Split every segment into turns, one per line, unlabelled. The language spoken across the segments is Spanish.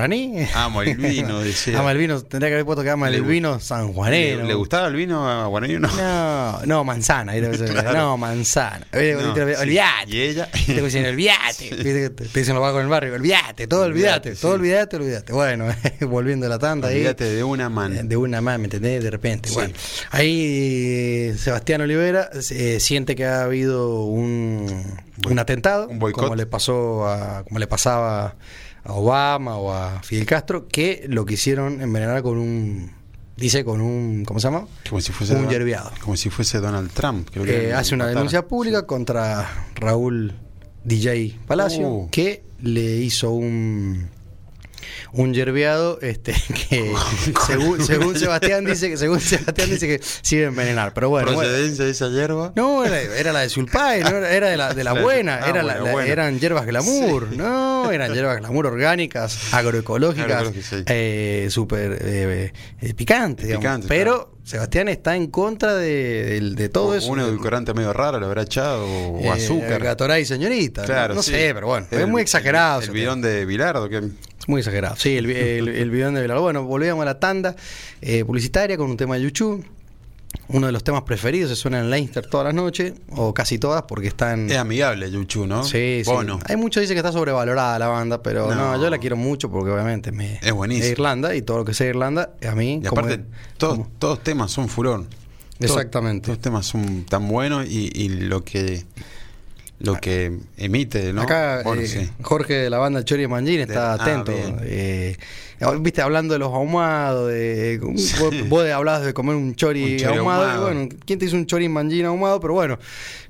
guaraní.
Amo el vino, decía.
Ama el vino, tendría que haber puesto que ama
Le
el
gu-
vino sanjuanero.
¿Le, le gustaba el vino ah, a Guaraní o no?
No, no, manzana. ¿viste?
Claro.
No, manzana. ¿Viste?
No,
Te-
sí.
Olvídate.
Y ella.
Te dicen, olvídate. ¿Viste que Te te dicen los vagos en el barrio, olvídate, todo olvídate,
Olvídate,
todo
sí.
olvídate, olvídate. Bueno, volviendo a la tanda ahí.
Olvídate de una mano.
Eh, De una más, ¿me entendés? De repente.
Sí.
Bueno, ahí eh, Sebastián Olivera eh, siente que ha habido un, un atentado,
un boicot.
como le pasó a, como le pasaba a Obama o a Fidel Castro, que lo quisieron envenenar con un, dice, con un, ¿cómo se llama?
Como si fuese
Un
Don-
yerbeado.
Como si fuese Donald Trump. creo que
Eh,
le
hace una
mataron.
denuncia pública contra Raúl DJ Palacio,
Uh.
que le hizo un un yerbeado este que según, según Sebastián dice que según Sebastián dice que sirve envenenar pero bueno, bueno.
Procedencia de esa hierba.
no era, era la de Sulpay no, era, era de la de la
Ah,
buena era
bueno,
la- la-
bueno.
eran hierbas glamour
Sí.
no eran hierbas glamour orgánicas agroecológicas
Agroecológicas, sí.
eh, súper eh, eh, picantes digamos.
Picantes,
pero
claro.
Sebastián está en contra de, del- de todo
O
eso
Un edulcorante medio raro, lo habrá echado. O
eh,
azúcar.
Gatorade señorita.
Claro,
no no
sí.
sé, pero bueno. es
El-
muy exagerado.
El,
ese
el
tema. Mm.
bidón de Bilardo. Que,
Es muy exagerado. Sí, el, el, el bidón de Bilardo. Bueno, volvíamos a la tanda eh, publicitaria con un tema de YouTube. Uno de los temas preferidos se suena en Leinster todas las noches, o casi todas, porque están.
es amigable, Yuchu, ¿no?
Sí, sí.
Bono.
Hay muchos que dicen que está sobrevalorada la banda, pero no.
No.
yo la quiero mucho porque obviamente me
Es buenísimo.
Irlanda y todo lo que sea Irlanda, a mí.
Y
como-
aparte, todos,
como-
todos temas son furor. Todos-
Exactamente.
Todos temas son tan buenos y, y lo que lo que emite, ¿no?
Acá
Bueno,
eh,
sí.
Jorge de la banda Chori Mangin está
Ah,
atento.
bien.
Eh, Viste, hablando de los ahumados, de, vos, vos hablabas de comer un chori,
Un chori
ahumado. y
ahumado.
bueno, ¿quién te hizo un chori mangin ahumado? Pero bueno,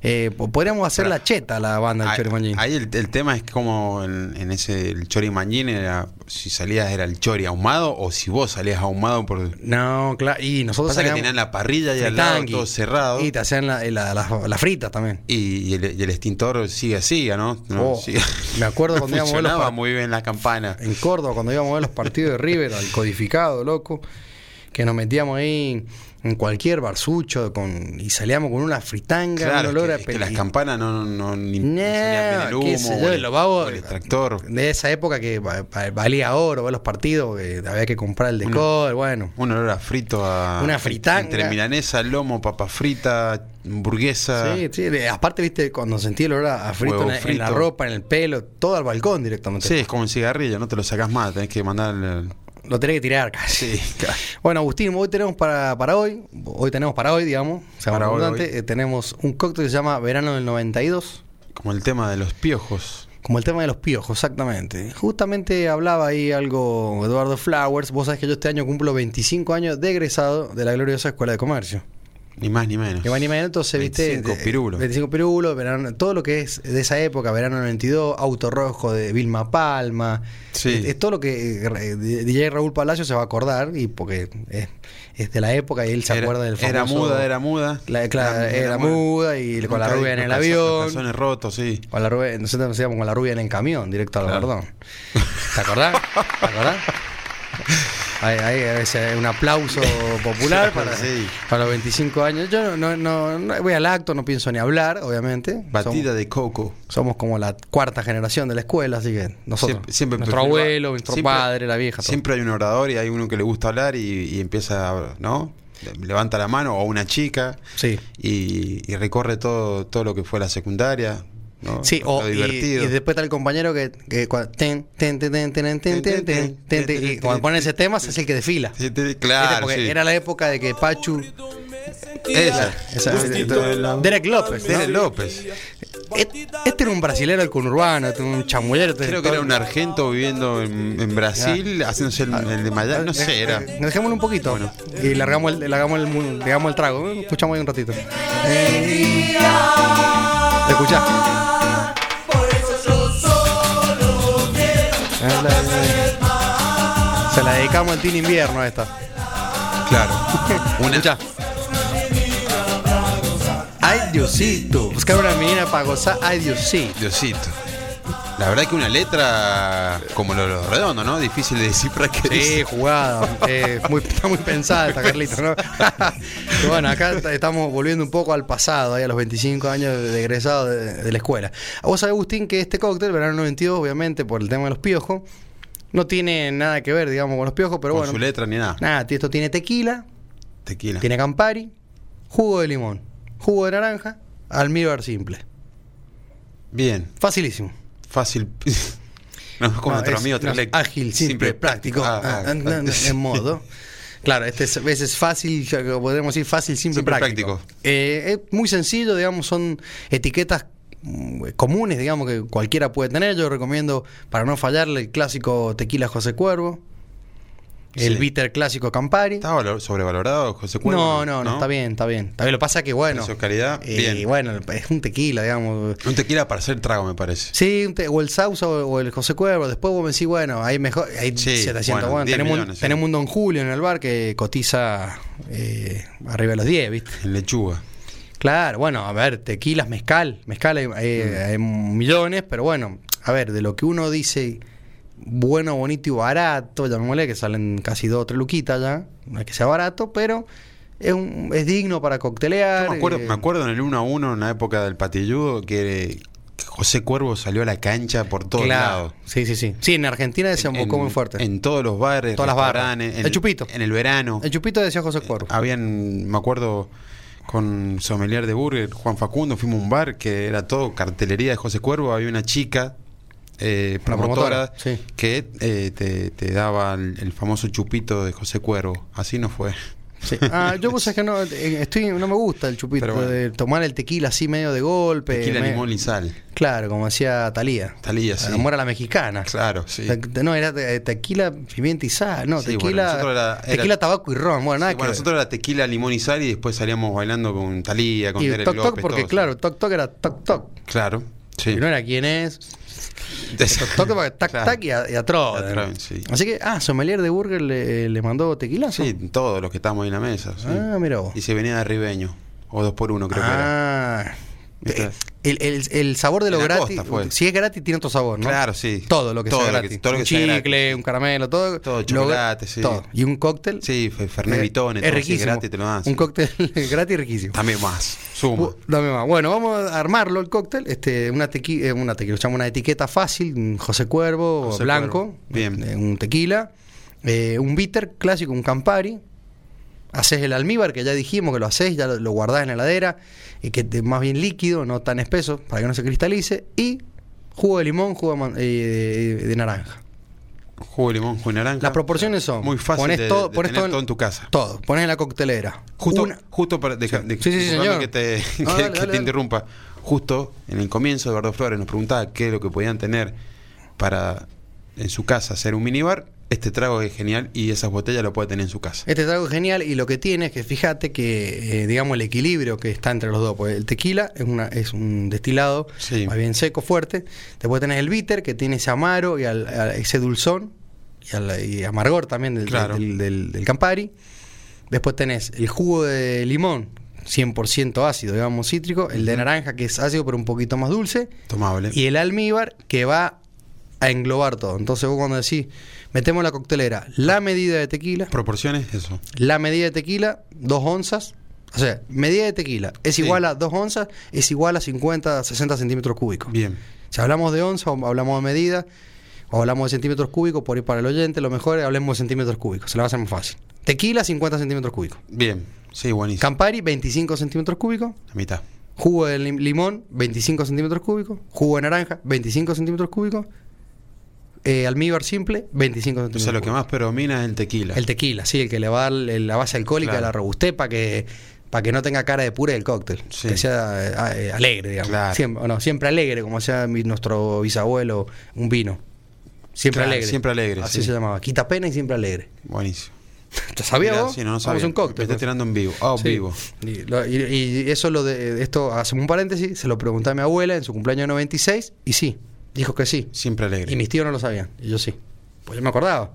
eh, po- podríamos hacer la cheta a la banda del
Ahí,
chori mangin.
Ah, ahí el, el tema es como en, en ese el chori manjín era si salías era el chori ahumado o si vos salías ahumado por
No, claro. Y nosotros
pasa que
sacamos
tenían la parrilla y al lado
fritangui.
todo cerrado
Y
y,
te hacían la- eh, la- las las fritas también.
y el, y el extintor sigue siga, ¿no? No,
Oh,
siga.
me acuerdo cuando íbamos a ver los
funcionaba
par-
muy bien la campana.
en Córdoba cuando íbamos a ver los partidos de River, al codificado, loco, que nos metíamos ahí en cualquier barsucho con, y salíamos con una fritanga,
Claro,
un olor
es
a
que, es que
peli-
las campanas no, no, ni
No,
no salían bien el
qué
humo,
sé yo,
o el,
los vagos-
o el extractor.
de esa época que va- va- valía oro ver los partidos, que había que comprar el decor, bueno.
Un olor a frito a.
Una fritanga.
Entre milanesa, lomo, papa frita, hamburguesa.
Sí, sí, de- aparte, viste, cuando sentí el olor a a frito,
Ah. Huevo
en, la- en la
frito.
ropa, en el pelo, todo al balcón directamente.
Sí, es como un cigarrillo, no te lo sacas más, tenés que mandar. el-
Lo tenés que tirar casi.
Sí, claro.
Bueno, Agustín, hoy tenemos para, para hoy, hoy tenemos para hoy, digamos, sea más
Para hoy,
redundante,
hoy.
eh, tenemos un cóctel que se llama Verano del 92,
Como el tema de los piojos.
como el tema de los piojos, exactamente. Justamente hablaba ahí algo Eduardo Flowers, vos sabés que yo este año cumplo 25 años de egresado de la gloriosa Escuela de Comercio.
Ni más ni menos.
Que más ni menos, entonces, viste...
25
de-
pirulos.
25 pirulos, verano, todo lo que es de esa época, verano 92, Auto Rojo de Vilma Palma.
Sí.
Es, es todo lo que eh, re- DJ Raúl Palacio se va a acordar, y porque es, es de la época y él se
Era-
acuerda del famoso...
Era muda, era muda.
La- claro, era, muda y con la
Nunca
rubia
vi
en el
los calzones- los
avión.
calzones rotos, sí.
Con la rubia, nosotros nos íbamos con la rubia en el camión, directo al
Claro.
Gordón. ¿Te acordás? ¿Te acordás? Hay, hay a veces un aplauso popular para,
Sí.
para los 25 años. Yo no, no, no- voy al acto, no pienso ni hablar, obviamente.
Batida
Somos,
de coco.
somos como la cuarta generación de la escuela, así que nosotros.
Siempre- siempre
nuestro
prefiero-
abuelo, nuestro
siempre-
padre, la vieja. todo.
Siempre hay un orador y hay uno que le gusta hablar y, y empieza, ¿no? Levanta la mano o una chica
Sí.
y, y recorre todo, todo lo que fue la secundaria. ¿no?
Sí,
Lo
o y,
divertido.
y después está el compañero que, que cua- ten, ten, ten, ten, ten, ten, ten, ten, ten, ten, y cuando ponen ese tema es el que desfila.
Sí, te-
¿Viste?
claro,
Porque
sí.
era la época de que Pachu,
Esa.
esa-
Esa.
Derek López, ¿no?
Tere López.
Et- Este era un brasilero del conurbano, este era un chamullero. este-
Creo que era un argento viviendo en, en Brasil, haciéndose
Ah.
el, el de Miami, no sé, era.
Eh, Dejémoslo un poquito y largamos el, largamos el, mu- largamos el trago. Escuchamos ahí un ratito. Eh, Escuchá. Se la dedicamos al Team Invierno a esta.
Claro. Una,
Ay, Diosito. Buscar una menina para gozar. Ay, Diosito.
Diosito. La verdad que una letra como lo, lo redondo, ¿no? Difícil de descifrar
Sí,
que dice.
jugada. Eh, muy, está muy pensada esta, Carlitos, ¿no? Y bueno, acá t- estamos volviendo un poco al pasado, ahí a los 25 años de de egresado de, de la escuela. Vos sabés, Agustín, que este cóctel, verano 92, obviamente, por el tema de los piojos, No tiene nada que ver, digamos, con los piojos, pero
con
bueno.
su letra ni nada.
Nada, esto tiene tequila,
Tequila.
tiene Campari, jugo de limón, jugo de naranja, almíbar simple.
Bien,
Facilísimo.
fácil. no, es como
No,
nuestro
es-
amigo
no,
Trelec.
Ágil, simple, práctico,
Ah, ah,
ah, ah,
ah,
en modo. Claro, este es, ese es fácil, ya que podríamos decir fácil, simple,
Simple,
práctico.
práctico.
Eh, es muy sencillo, digamos, son etiquetas mm, comunes, digamos, que cualquiera puede tener. Yo recomiendo, para no fallarle, el clásico tequila José Cuervo, el
Sí.
bitter clásico Campari.
¿Está valor- sobrevalorado, José Cuervo?
no, no, no, está bien, está bien. Está bien, lo que pasa que, bueno,
Precio, calidad,
eh,
bien.
bueno, es un tequila, digamos.
Un tequila para hacer trago, me parece.
Sí, un te- o el Sausa o, o el José Cuervo. Después vos me decís, bueno, hay mejor. Hay
Sí,
700.
bueno,
Bueno,
10
tenemos, un-
millones, sí.
tenemos un Don Julio en el bar que cotiza eh, arriba de los 10, ¿viste?
En lechuga.
Claro, bueno, a ver, tequilas, mezcal. Mezcal hay, hay-
Mm.
hay millones, pero bueno, a ver, de lo que uno dice bueno, bonito y barato, llamémosle que salen casi dos o tres luquitas ya. No es que sea barato, pero es, un- es digno para coctelear.
Yo me acuerdo,
eh,
me acuerdo en el 1 a 1, en la época del patilludo, que, que José Cuervo salió a la cancha por todos
claro.
lados.
Sí, sí, sí. Sí, en Argentina desembocó muy fuerte.
En todos los bares,
Todas las barras.
restaurantes, En
El chupito.
En el verano.
El chupito decía José Cuervo.
Habían, me acuerdo, con sommelier de burger, Juan Facundo, fuimos a un bar que era todo cartelería de José Cuervo. Había una chica, eh,
Una promotora,
promotora,
sí.
que eh, te, te daba el, el famoso chupito de José Cuervo. Así no fue.
Sí. Ah, yo pues es que no, eh, estoy, no me gusta el chupito,
Pero bueno.
de tomar el tequila así medio de golpe.
Tequila,
me-
limón y sal.
Claro, como hacía Talía.
Talía, sí.
Amor a la mexicana.
Claro, sí.
Te- No, era te- tequila, pimienta y sal. No,
Sí, bueno,
tequila,
nosotros era- era-
tequila, tabaco y ron. Bueno, nada
Sí, bueno,
que ver.
nosotros era tequila, limón y sal y después salíamos bailando con Talía, con
Y
Derek
toc toc,
López,
porque
todo, sí.
claro, toc toc era toc toc.
Claro, sí.
Y no era quién es. Toc toc, porque tac
Claro.
tac y a, y a troden.
Atroden, sí.
Así que, ah, Sommelier de Burger le, le mandó tequila.
Sí, todos los que estábamos ahí en la mesa. sí.
Ah, mira vos.
Y se venía de Ribeño, o dos por uno creo que era.
Ah.
Viste.
Eh, El, el- el sabor de
En
lo
la
gratis.
costa fue.
Si es gratis, tiene otro sabor, ¿no?
Claro, sí.
Todo lo que
Todo
sea
lo que-
gratis.
todo lo
un
que sea
chicle,
gratis.
un caramelo, todo.
Todo,
Lo-
chocolate, sí.
todo. Y un cóctel.
Sí, Fe- Fernet
eh,
Vitone, todo
Es
así,
riquísimo.
gratis te lo dan.
Un cóctel gratis riquísimo.
También más, suma.
Bu- Dame más. Bueno, vamos a armarlo el cóctel. Este, una tequila, una tequila, llama una etiqueta fácil, un José Cuervo,
José
blanco,
Cuervo, bien.
eh, un tequila, eh, un bitter clásico, un Campari. Haces el almíbar, que ya dijimos que lo haces, ya lo, lo guardás en la heladera, y que te- más bien líquido, no tan espeso, para que no se cristalice, y jugo de limón, jugo de, man- eh, de- de naranja.
Jugo de limón, jugo de naranja.
Las proporciones son.
Muy fácil
Pones
de-
todo,
de
pones
tener
todo en,
todo en tu casa.
Todo. Pones en la coctelera.
Justo,
Una-
justo para deja- de-
Sí, sí, sí,
disculpame
señor.
que te, que-
dale,
que
dale,
te
dale.
interrumpa. Justo en el comienzo, Eduardo Flores nos preguntaba qué es lo que podían tener para en su casa hacer un minibar. Este trago es genial y esas botellas lo puede tener en su casa.
Este trago es genial y lo que tiene es que fíjate que, eh, digamos, el equilibrio que está entre los dos. Porque el tequila es, una, es un destilado
Sí.
más bien seco, fuerte. Después tenés el bitter que tiene ese amaro y al- a ese dulzón y, al- y amargor también del,
Claro.
del, del- del Campari. Después tenés el jugo de limón, 100% ácido, digamos, cítrico. El de naranja que es ácido pero un poquito más dulce.
Tomable.
Y el almíbar que va a englobar todo. Entonces vos cuando decís, metemos en la coctelera, la medida de tequila,
Proporciones, eso.
la medida de tequila, 2 onzas. O sea, medida de tequila es
Sí.
igual a 2 onzas, es igual a 50, 60 centímetros cúbicos.
Bien.
Si hablamos de onza, o hablamos de medida, o hablamos de centímetros cúbicos, por ir para el oyente, lo mejor es hablemos de centímetros cúbicos, se la va a hacer más fácil. Tequila, 50 centímetros cúbicos.
Bien. Sí, buenísimo.
Campari, 25 centímetros cúbicos.
La mitad.
Jugo de lim- limón, 25 centímetros cúbicos. Jugo de naranja, 25 centímetros cúbicos. Eh, almíbar simple, 25
O
centímetros
sea, lo
cúbicos.
que más predomina es el tequila.
El tequila, sí, el que le va a dar el- la base alcohólica,
Claro.
la robustez para que, para que no tenga cara de pura del cóctel.
Sí.
Que sea eh, a- eh, alegre, digamos.
Claro.
Siempre, o no, siempre alegre, como sea mi- nuestro bisabuelo, un vino. Siempre
Claro,
alegre.
siempre alegre,
Así
sí.
se llamaba. Quita pena y siempre alegre.
Buenísimo.
¿Te sabías
Mirá,
vos?
sí, no, no
Somos
sabía.
un cóctel. pues.
Me está tirando en vivo. Ah,
Sí.
vivo.
Y, lo- y- y eso lo de esto, hacemos un paréntesis, se lo pregunté a mi abuela en su cumpleaños de 96 y sí, dijo que sí.
Siempre alegre.
Y mis tíos no lo sabían, y yo sí. Pues yo me acordaba.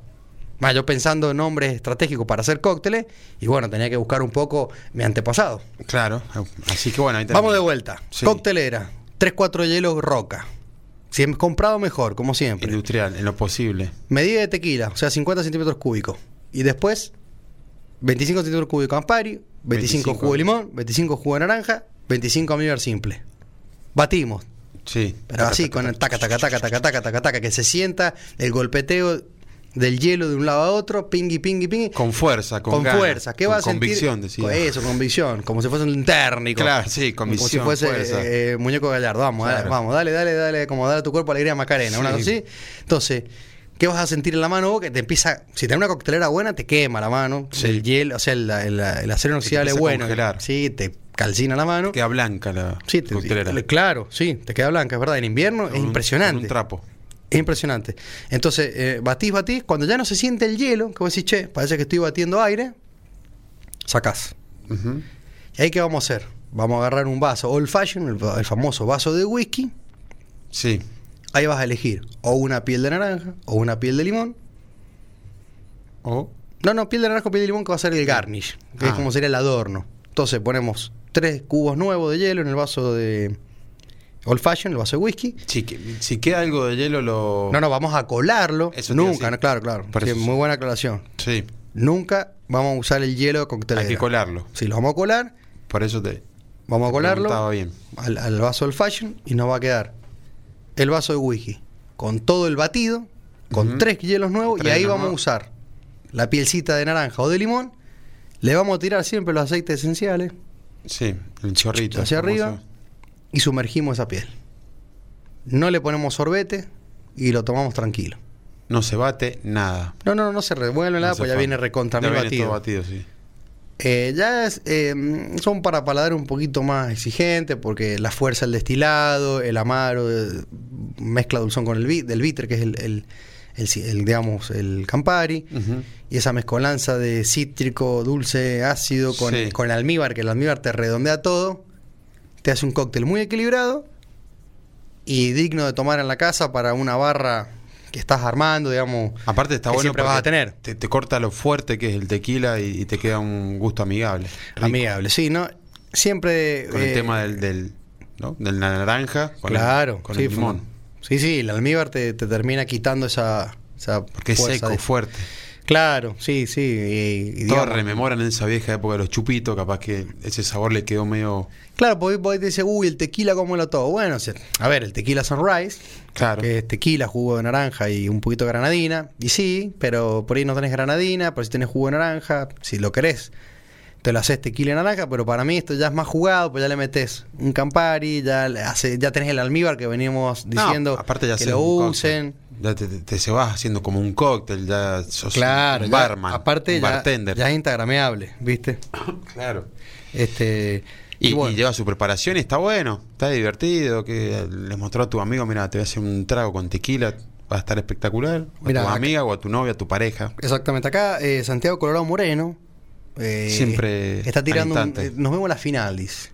Más yo pensando en nombres estratégicos para hacer cócteles, y bueno, tenía que buscar un poco mi antepasado.
Claro. Así que bueno, ahí tenemos.
Vamos de vuelta.
Sí.
Coctelera, 3-4 hielos roca. Si he comprado mejor, como siempre.
Industrial, en lo posible.
Medida de tequila, o sea, 50 centímetros cúbicos. Y después, 25 centímetros cúbicos Campari, 25,
25
jugo de limón, 25 jugo de naranja, 25 amíbar simple. Batimos.
Sí.
Pero así, con el taca, taca, taca, taca, taca, taca, taca, que se sienta el golpeteo del hielo de un lado a otro, pingui, pingui, pingui.
Con fuerza, con,
con
ganas,
fuerza. ¿Qué
con
va a sentir?
convicción,
Con
decía.
Eso, convicción. Como si fuese un térnico.
Claro, sí,
Como si
convicción, fuerza.
fuese eh, muñeco gallardo. Vamos, dale,
Claro.
vamos, dale, dale, dale. Como dale a tu cuerpo alegría Macarena. Una
Sí.
cosa así. Entonces, ¿qué vas a sentir en la mano? vos? Que te empieza. Si tenés una coctelera buena, te quema la mano.
Sí.
El hielo, o sea, el, el- el acero inoxidable
empieza a
bueno.
congelar.
Sí, te calcina la mano.
Queda blanca la
Sí, te-
coctelera.
le- claro, sí, te queda blanca, es verdad. En invierno
Con
es
un-
impresionante.
con un trapo.
Es impresionante. Entonces, eh, batís, batís. Cuando ya no se siente el hielo, que vos decís, che, parece que estoy batiendo aire, sacás.
Ujú.
¿Y ahí qué vamos a hacer? Vamos a agarrar un vaso old fashion, el, va- el famoso vaso de whisky.
Sí.
Ahí vas a elegir o una piel de naranja o una piel de limón.
O
No, no, piel de naranja o piel de limón que va a ser el garnish, que es
Ah.
como sería el adorno. Entonces ponemos tres cubos nuevos de hielo en el vaso de old fashion, el vaso de whisky.
si, que- si queda algo de hielo lo...
No, no, vamos a colarlo.
Eso te iba a
Nunca,
decir.
no, claro, claro.
Por
Sí,
eso sí.
muy buena aclaración.
Sí,
Nunca vamos a usar el hielo de
hay
coctelera.
que colarlo.
Si lo vamos a colar,
Por eso te...
vamos a
Estaba
colarlo
bien.
al, al vaso del fashion y nos va a quedar el vaso de whisky con todo el batido, con
Ujú.
tres hielos nuevos
Tres
y ahí
hielos
vamos
nuevos.
a usar la pielcita de naranja o de limón. Le vamos a tirar siempre los aceites esenciales
Sí, el chorrito.
hacia
famoso.
arriba y sumergimos esa piel. No le ponemos sorbete y lo tomamos tranquilo.
No se bate nada.
No, no, no se revuelve nada,
No se
pues ya
fa-
viene recontra
ya
mil
viene todo
batido.
batido, sí.
Eh, ya es, eh, son para paladar un poquito más exigente porque la fuerza del destilado, el amaro, eh, mezcla dulzón con el vi- del bitter, que es el, el- el ci- el, digamos, el Campari,
Ujú.
y esa mezcolanza de cítrico, dulce, ácido con,
Sí.
con el almíbar, que el almíbar te redondea todo, te hace un cóctel muy equilibrado y digno de tomar en la casa para una barra que estás armando, digamos.
Aparte está
Que
bueno
siempre vas a
porque
tener.
Te, te corta lo fuerte que es el tequila y, y te queda un gusto amigable. Rico.
Amigable, sí, ¿no? Siempre...
Con el
eh,
tema del, del, ¿no? del naranja, con el-
claro,
con el,
sí,
limón.
fun- Sí, sí, el almíbar te, te termina quitando esa, esa
Porque es
fuerza
seco,
de-
fuerte.
Claro, sí, sí. y- y
Todos
digamos-
rememoran esa vieja época de los chupitos, capaz que ese sabor le quedó medio.
claro, porque vos te dice, uy, el tequila, ¿cómo lo todo? Bueno, o sea, a ver, el tequila sunrise,
Claro.
que es tequila, jugo de naranja y un poquito de granadina. Y sí, pero por ahí no tenés granadina, pero si tenés jugo de naranja, si lo querés, te lo haces tequila de naranja, pero para mí esto ya es más jugado, pues ya le metes un Campari, ya, le hace- ya tenés el almíbar que venimos
No,
diciendo
aparte ya
que
haces
lo
un
usen.
cóctel. Ya te, te- te se vas haciendo como un cóctel, ya sos
Claro,
un
ya-
barman.
aparte
un
ya,
bartender.
ya es instagrameable, ¿viste?
claro.
Este
Y,
y bueno,
y lleva su preparación y está bueno, está divertido, que les mostró a tu amigo, mira, te voy a hacer un trago con tequila, va a estar espectacular. O
Mirá,
a tu
acá-
amiga, o a tu novia, a tu pareja.
exactamente acá eh, Santiago Colorado Moreno eh,
Siempre
está tirando un-
alentante.
eh, nos vemos en la final, dice.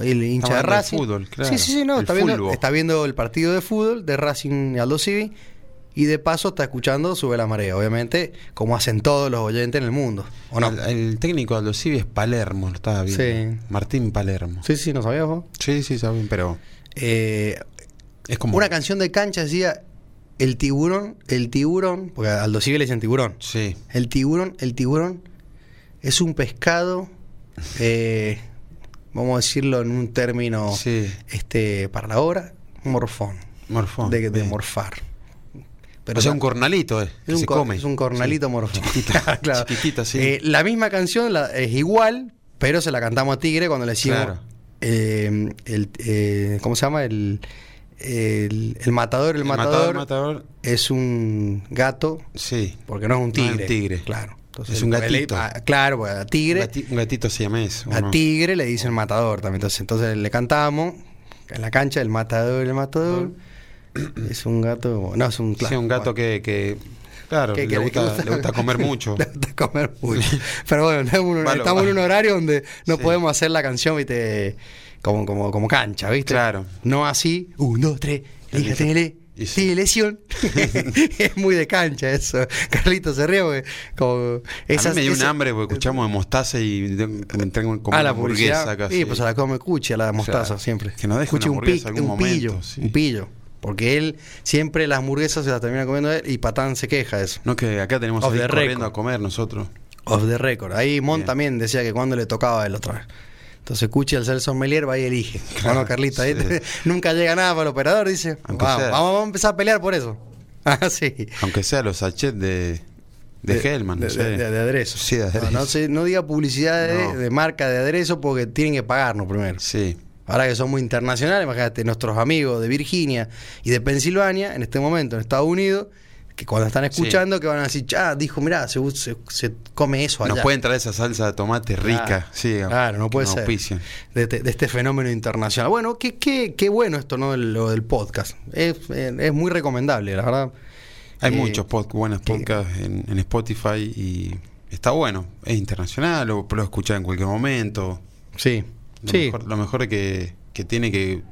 El hincha de
hablando de
Racing.
fútbol, claro.
Sí, sí, sí, no,
El
está viendo,
fulbo.
está viendo el partido de fútbol de Racing y Aldo Civi y de paso está escuchando Sube la marea, obviamente, como hacen todos los oyentes en el mundo, ¿o no?
El, el técnico de los Civi es Palermo, lo estaba viendo.
Sí.
Martín Palermo. Sí,
Sí, sí, no sabías vos.
sí, saben, pero
Eh,
es como.
Una canción de cancha decía El tiburón, el tiburón, porque a Aldo Civi le dicen tiburón.
Sí.
El tiburón, el tiburón es un pescado, eh, vamos a decirlo en un término
Sí.
este, para la hora, morfón,
Morfón.
de, de
bien.
morfar. Pero
o sea,
ta-
un cornalito, eh, que
es un,
se
cor-
come.
es un cornalito
Sí.
morfón.
Chiquitita,
Claro.
chiquitita, sí.
Eh, la misma canción la- es igual, pero se la cantamos a Tigre cuando le decimos.
Claro.
eh, el, eh, ¿Cómo se llama? El, el, el matador, el,
El
matador,
matador,
es un gato,
sí.
porque no es un
No es
tigre.
un tigre.
Claro.
Es un
porque le-
gatito.
ah, claro, porque a
Un
tigre,
gati- un gatito se llama eso.
a tigre le dicen matador también. Entonces, entonces le cantamos en la cancha el matador, el matador. Es un gato, no, es un,
Sí, un gato que, que, claro,
que- que
le, gusta, le gusta comer mucho.
Le gusta comer mucho. Pero bueno, estamos, en un-
Vale,
estamos en un
vale.
horario donde no
Sí.
podemos hacer la canción, viste, como, como, como cancha, ¿viste?
Claro.
No así, un, dos, tres,
Elija.
líjate, le.
Y sí.
sí, lesión. es muy de cancha eso. Carlito se ríe porque como
a mí me dio un
esa-
hambre porque escuchamos de mostaza y de- me tengo como
Ah, la
una hamburguesa
hamburguesa
acá.
Sí,
sí.
pues a la come cuchi, a la mostaza siempre.
que nos deje
Cuchi
una
un,
hamburguesa
pic-
algún
un pillo,
momento, sí.
un pillo. Porque él siempre las hamburguesas se las termina comiendo él y Patán se queja de eso.
No, que acá tenemos
Off
que
the
ir corriendo
record.
a comer nosotros.
Off the record. Ahí Mon
Bien.
también decía que cuando le tocaba el otra vez. Entonces Cuchi al ser sommelier va y elige.
Claro,
bueno, Carlita, ahí
sí.
te- nunca llega nada para el operador, dice.
Aunque
"Vamos,
sea".
vamos, vamos a empezar a pelear por eso. Ah, sí.
Aunque sea los sachets de, de, Hellman,
de,
no sé.
de- de- de aderezo.
Sí, de aderezo.
No, no sé, no diga publicidad de,
No.
de marca de aderezo porque tienen que pagarnos primero.
Sí.
Ahora que somos internacionales, imagínate, nuestros amigos de Virginia y de Pensilvania, en este momento en Estados Unidos, que cuando están escuchando, que van a decir, ah, dijo, mirá, se, us- se- se come eso allá.
Nos pueden traer esa salsa de tomate rica. sí,
Pues Claro, no
que
puede
nos
ser.
auspicien.
De, este- de este fenómeno internacional. Bueno, qué, qué, qué bueno esto, ¿no? Lo del podcast. Es, eh, es muy recomendable, la verdad.
Hay
Eh,
muchos pod- buenos podcasts en, en Spotify y está bueno. Es internacional, lo puedo escuchar en cualquier momento.
Sí.
Lo
sí.
mejor, lo mejor que, que tiene que,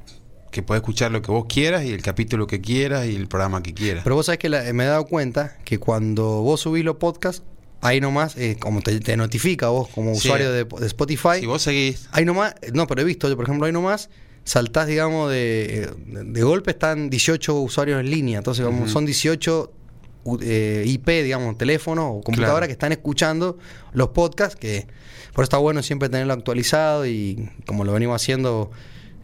que podés escuchar lo que vos quieras y el capítulo que quieras y el programa que quieras.
Pero vos sabés que la- me he dado cuenta que cuando vos subís los podcasts, ahí nomás, eh, como te, te notifica vos como
Sí.
usuario de, de Spotify,
si vos seguís,
ahí nomás, no, pero he visto, yo por ejemplo, ahí nomás, saltás, digamos, de, de golpe están 18 usuarios en línea, entonces como
Ujú.
son 18 u- eh, IP, digamos, teléfono o computadora
Claro.
que están escuchando los podcasts, que por eso está bueno siempre tenerlo actualizado y como lo venimos haciendo...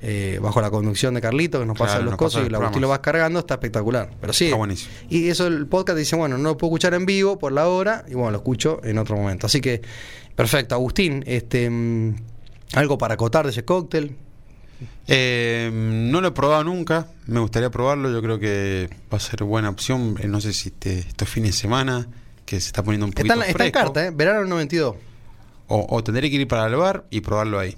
eh, bajo la conducción de Carlito, que nos pasa
Claro,
los
nos pasa
cosas y
los
la Agustín lo
programas.
vas cargando, está espectacular. Pero sí,
está buenísimo.
y eso el podcast dice, bueno, no lo puedo escuchar en vivo por la hora, y bueno, lo escucho en otro momento. Así que, perfecto, Agustín, este mm, algo para acotar de ese cóctel.
Eh, no lo he probado nunca, me gustaría probarlo, yo creo que va a ser buena opción, Eh, no sé si te, estos fines de semana, que se está poniendo un
Está
poquito
en, la- está en
fresco.
carta, ¿eh? Verano del 92.
o, o tendré que ir para el bar y probarlo ahí.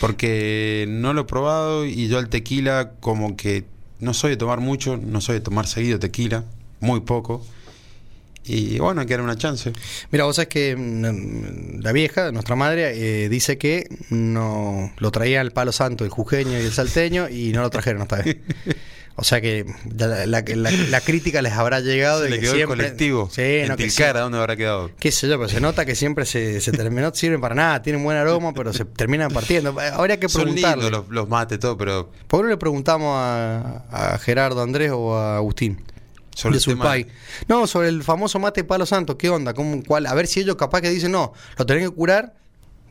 Porque no lo he probado y yo al tequila como que no soy de tomar mucho, no soy de tomar seguido tequila, muy poco. Y bueno, hay que dar una chance.
Mira, vos sabés que mm, la vieja, nuestra madre, eh, dice que no lo traía el palo santo, el jujeño y el salteño, y no lo trajeron esta vez. O sea que la, la- la- la crítica les habrá llegado de
le
que
quedó
siempre-
el colectivo.
Sí,
en
no, que
Tilcara, ¿dónde habrá quedado?
qué sé yo, pero se nota que siempre se, se terminó, sirven para nada, tienen buen aroma, pero se terminan partiendo. Eh, Habría que
Son lindos
preguntarle.
los, los mates, todo, pero
¿Por qué no le preguntamos a, a Gerardo Andrés o a Agustín?
sobre
de
el tema-
Sulpay. No, sobre el famoso mate Palo Santo, ¿qué onda? ¿Cómo, cuál? A ver si ellos capaz que dicen, no, lo tenés que curar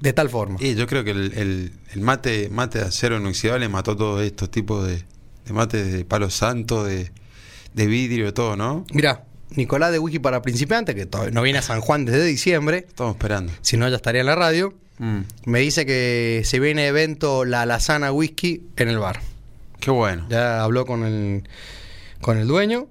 de tal forma.
Y yo creo que el, el- el mate mate de acero inoxidable mató todos estos tipos de, de mates de palo santo, de, de vidrio, todo, ¿no?
Mirá, Nicolás de Wiki para principiantes, que todavía no viene a San Juan desde diciembre,
Estamos esperando.
si no ya estaría en la radio,
Mm,
me dice que se viene evento La Lazana Whisky en el bar.
qué bueno.
Ya habló con el, con el dueño,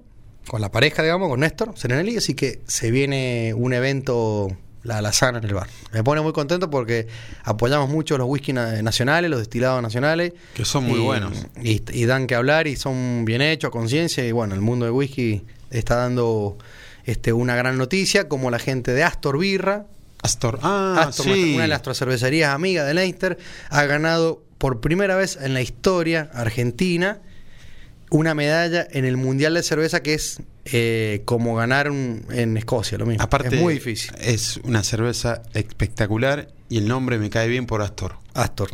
con la pareja, digamos, con Néstor Serenelli, así que se viene un evento la lazana en el bar. Me pone muy contento porque apoyamos mucho los whisky na- nacionales, los destilados nacionales.
Que son muy
Y-
buenos.
Y, y dan que hablar y son bien hechos, a conciencia. Y bueno, el mundo del whisky está dando este, una gran noticia, como la gente de Astor Birra,
Astor. Ah,
Astor,
sí.
una de las cervecerías amigas de Leinster, ha ganado por primera vez en la historia argentina una medalla en el Mundial de Cerveza que es eh, como ganar un- en Escocia, lo mismo.
Aparte,
es muy difícil.
Es una cerveza espectacular y el nombre me cae bien por Astor.
Astor.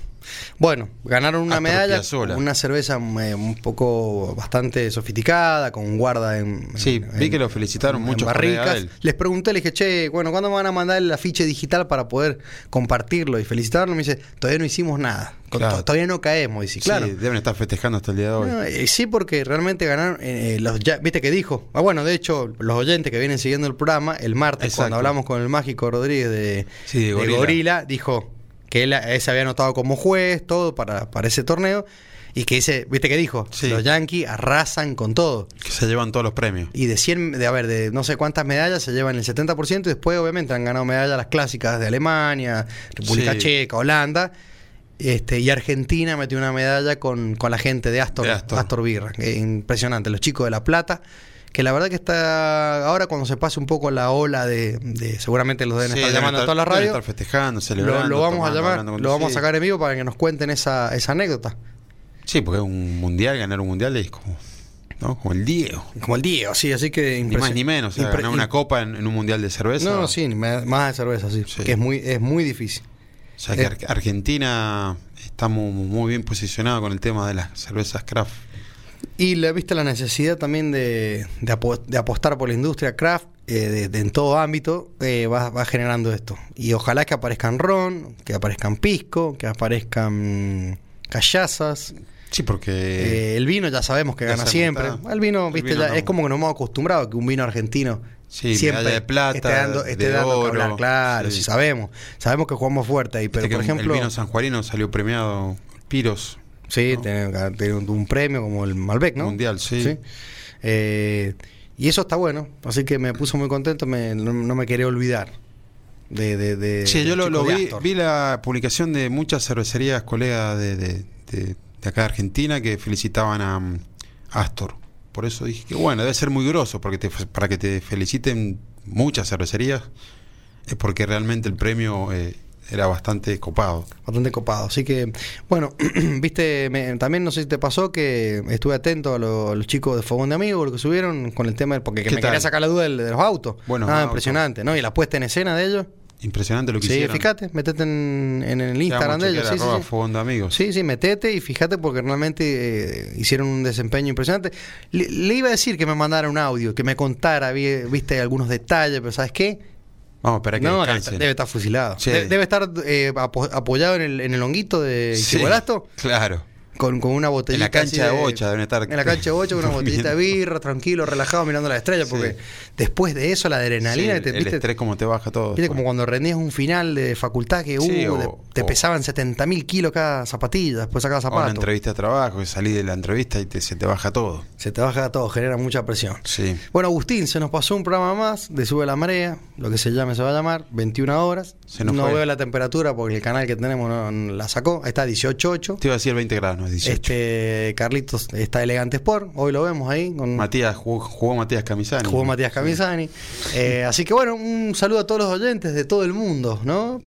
Bueno, ganaron una
eh, Astor
medalla,
Piazzolla.
una cerveza eh, un poco bastante sofisticada, con guarda en.
Sí,
en-
vi
en-
que lo felicitaron
en
muchos colegas
barricas.
de él.
Les pregunté, les dije, che, bueno, ¿cuándo me van a mandar el afiche digital para poder compartirlo y felicitarlo? Me dice, todavía no hicimos nada, Con-
Claro.
to- todavía no caemos. Dice, claro.
Sí, deben estar festejando hasta el día de hoy.
No, eh, sí, porque realmente ganaron eh, eh, los ya, viste que dijo. Ah, bueno, de hecho, los oyentes que vienen siguiendo el programa, el martes
Exacto.
cuando hablamos con el mágico Rodríguez de,
Sí, de
de
Gorila.
dijo que él, eh, se había anotado como juez, todo para, para ese torneo, y que ese, viste que dijo,
Sí.
los Yankees arrasan con todo.
Que se llevan todos los premios.
Y de 100, de, a ver, de no sé cuántas medallas se llevan el 70% y después obviamente han ganado medallas las clásicas de Alemania, República
Sí.
Checa, Holanda. Este, y Argentina metió una medalla con, con la gente de Astor,
De Astor.
Astor Birra. que es impresionante, los chicos de La Plata. Que la verdad que está ahora cuando se pase un poco la ola de, de- seguramente los deben
Sí,
estar
deben
llamando
estar-
a todas las
deben
radios.
estar festejando,
Lo,
celebrando.
lo vamos
tomando,
a llamar,
hablando con-
lo vamos
sí.
a sacar en vivo para que nos cuenten esa, esa anécdota.
Sí, porque es un mundial, ganar un mundial es como, ¿no? como el Diego.
Como el Diego, sí, así que
Ni más ni menos. O sea,
impre-
ganar una copa en, en un mundial de cerveza.
No, no, sí, ni me- más de cerveza, sí.
Sí.
Que es muy, es muy difícil.
O sea, que
Eh.
Ar- Argentina está mu- muy, bien posicionada con el tema de las cervezas craft.
Y le viste la necesidad también de, de apo- de apostar por la industria craft eh, de- de en todo ámbito, eh, va, va generando esto. Y ojalá que aparezcan ron, que aparezcan pisco, que aparezcan callazas,
Sí, porque.
Eh, el vino ya sabemos que
ya
gana
se
siempre.
está.
El vino,
El
viste,
vino
ya
no.
es como que nos hemos acostumbrado que un vino argentino
Sí,
siempre
medalla de plata,
esté dando, esté
de
dando que
oro,
hablar, claro,
sí.
sí. sabemos. Sabemos que jugamos fuerte ahí, pero
viste que
por ejemplo,
El vino sanjuarino salió premiado. Piros.
sí, tiene, tiene un, un premio como el Malbec, ¿no?
Mundial, sí.
Eh, y eso está bueno, así que me puso muy contento, me- no, no me quería olvidar de, de, de-
Sí,
del
yo lo,
chico
lo
de
vi,
Astor.
vi la publicación de muchas cervecerías colegas de, de- de- de acá de Argentina que felicitaban a mm, Astor. Por eso dije que bueno, debe ser muy groso, porque te- para que te feliciten muchas cervecerías, es porque realmente el premio eh, era bastante copado.
Bastante copado. Así que, bueno, viste, me- también no sé si te pasó que estuve atento a, lo- a los chicos de Fogón de Amigos, lo que subieron con el tema, del, porque que
¿Qué
me
tal?
quería sacar la duda del- de, los autos.
Bueno,
ah,
autos.
impresionante, ¿no? Y la puesta en escena de ellos.
Impresionante lo que
Sí,
hicieron.
fíjate, metete en, en el
Ya
Instagram
vamos a
de ellos.
chequear
Sí, sí,
arroba
sí.
Fogón de amigos.
Sí, sí, metete y fíjate porque realmente eh, hicieron un desempeño impresionante. Le, le iba a decir que me mandara un audio, que me contara, vi- viste algunos detalles, pero ¿sabes qué?
Vamos a esperar que
no,
descansen.
debe estar fusilado.
Sí.
De- debe estar eh, apo- apoyado en el, en el honguito de
Sí,
Chibolasto
Claro.
con, con una botellita.
En la cancha
así
de bocha deben estar
En la cancha de bocha con una botellita de birra, tranquilo, relajado, mirando la estrella, porque
Sí.
después de eso, la adrenalina
Sí,
que te
el,
viste,
estrés como te baja todo.
viste, como cuando rendías un final de facultad que uh,
Sí,
de-
o-
te
o-
pesaban 70 mil kilos cada zapatilla, después cada
a una
zapato.
entrevista de trabajo, que salí de la entrevista y te- se te baja todo.
Se te baja todo, genera mucha presión.
Sí.
Bueno, Agustín, se nos pasó un programa más de Sube la Marea, lo que se llame se va a llamar, 21 horas.
Se nos
no
fue.
veo la temperatura porque el canal que tenemos no, no la sacó. Ahí está 18.8.
Te iba a decir 20 grados, nos 18.
Este Carlitos está elegante Sport, hoy lo vemos ahí con
Matías, jugó, Este, jugó Matías Camisani.
jugó Matías Camisani. Eh, así que bueno, un saludo a todos los oyentes de todo el mundo, ¿no?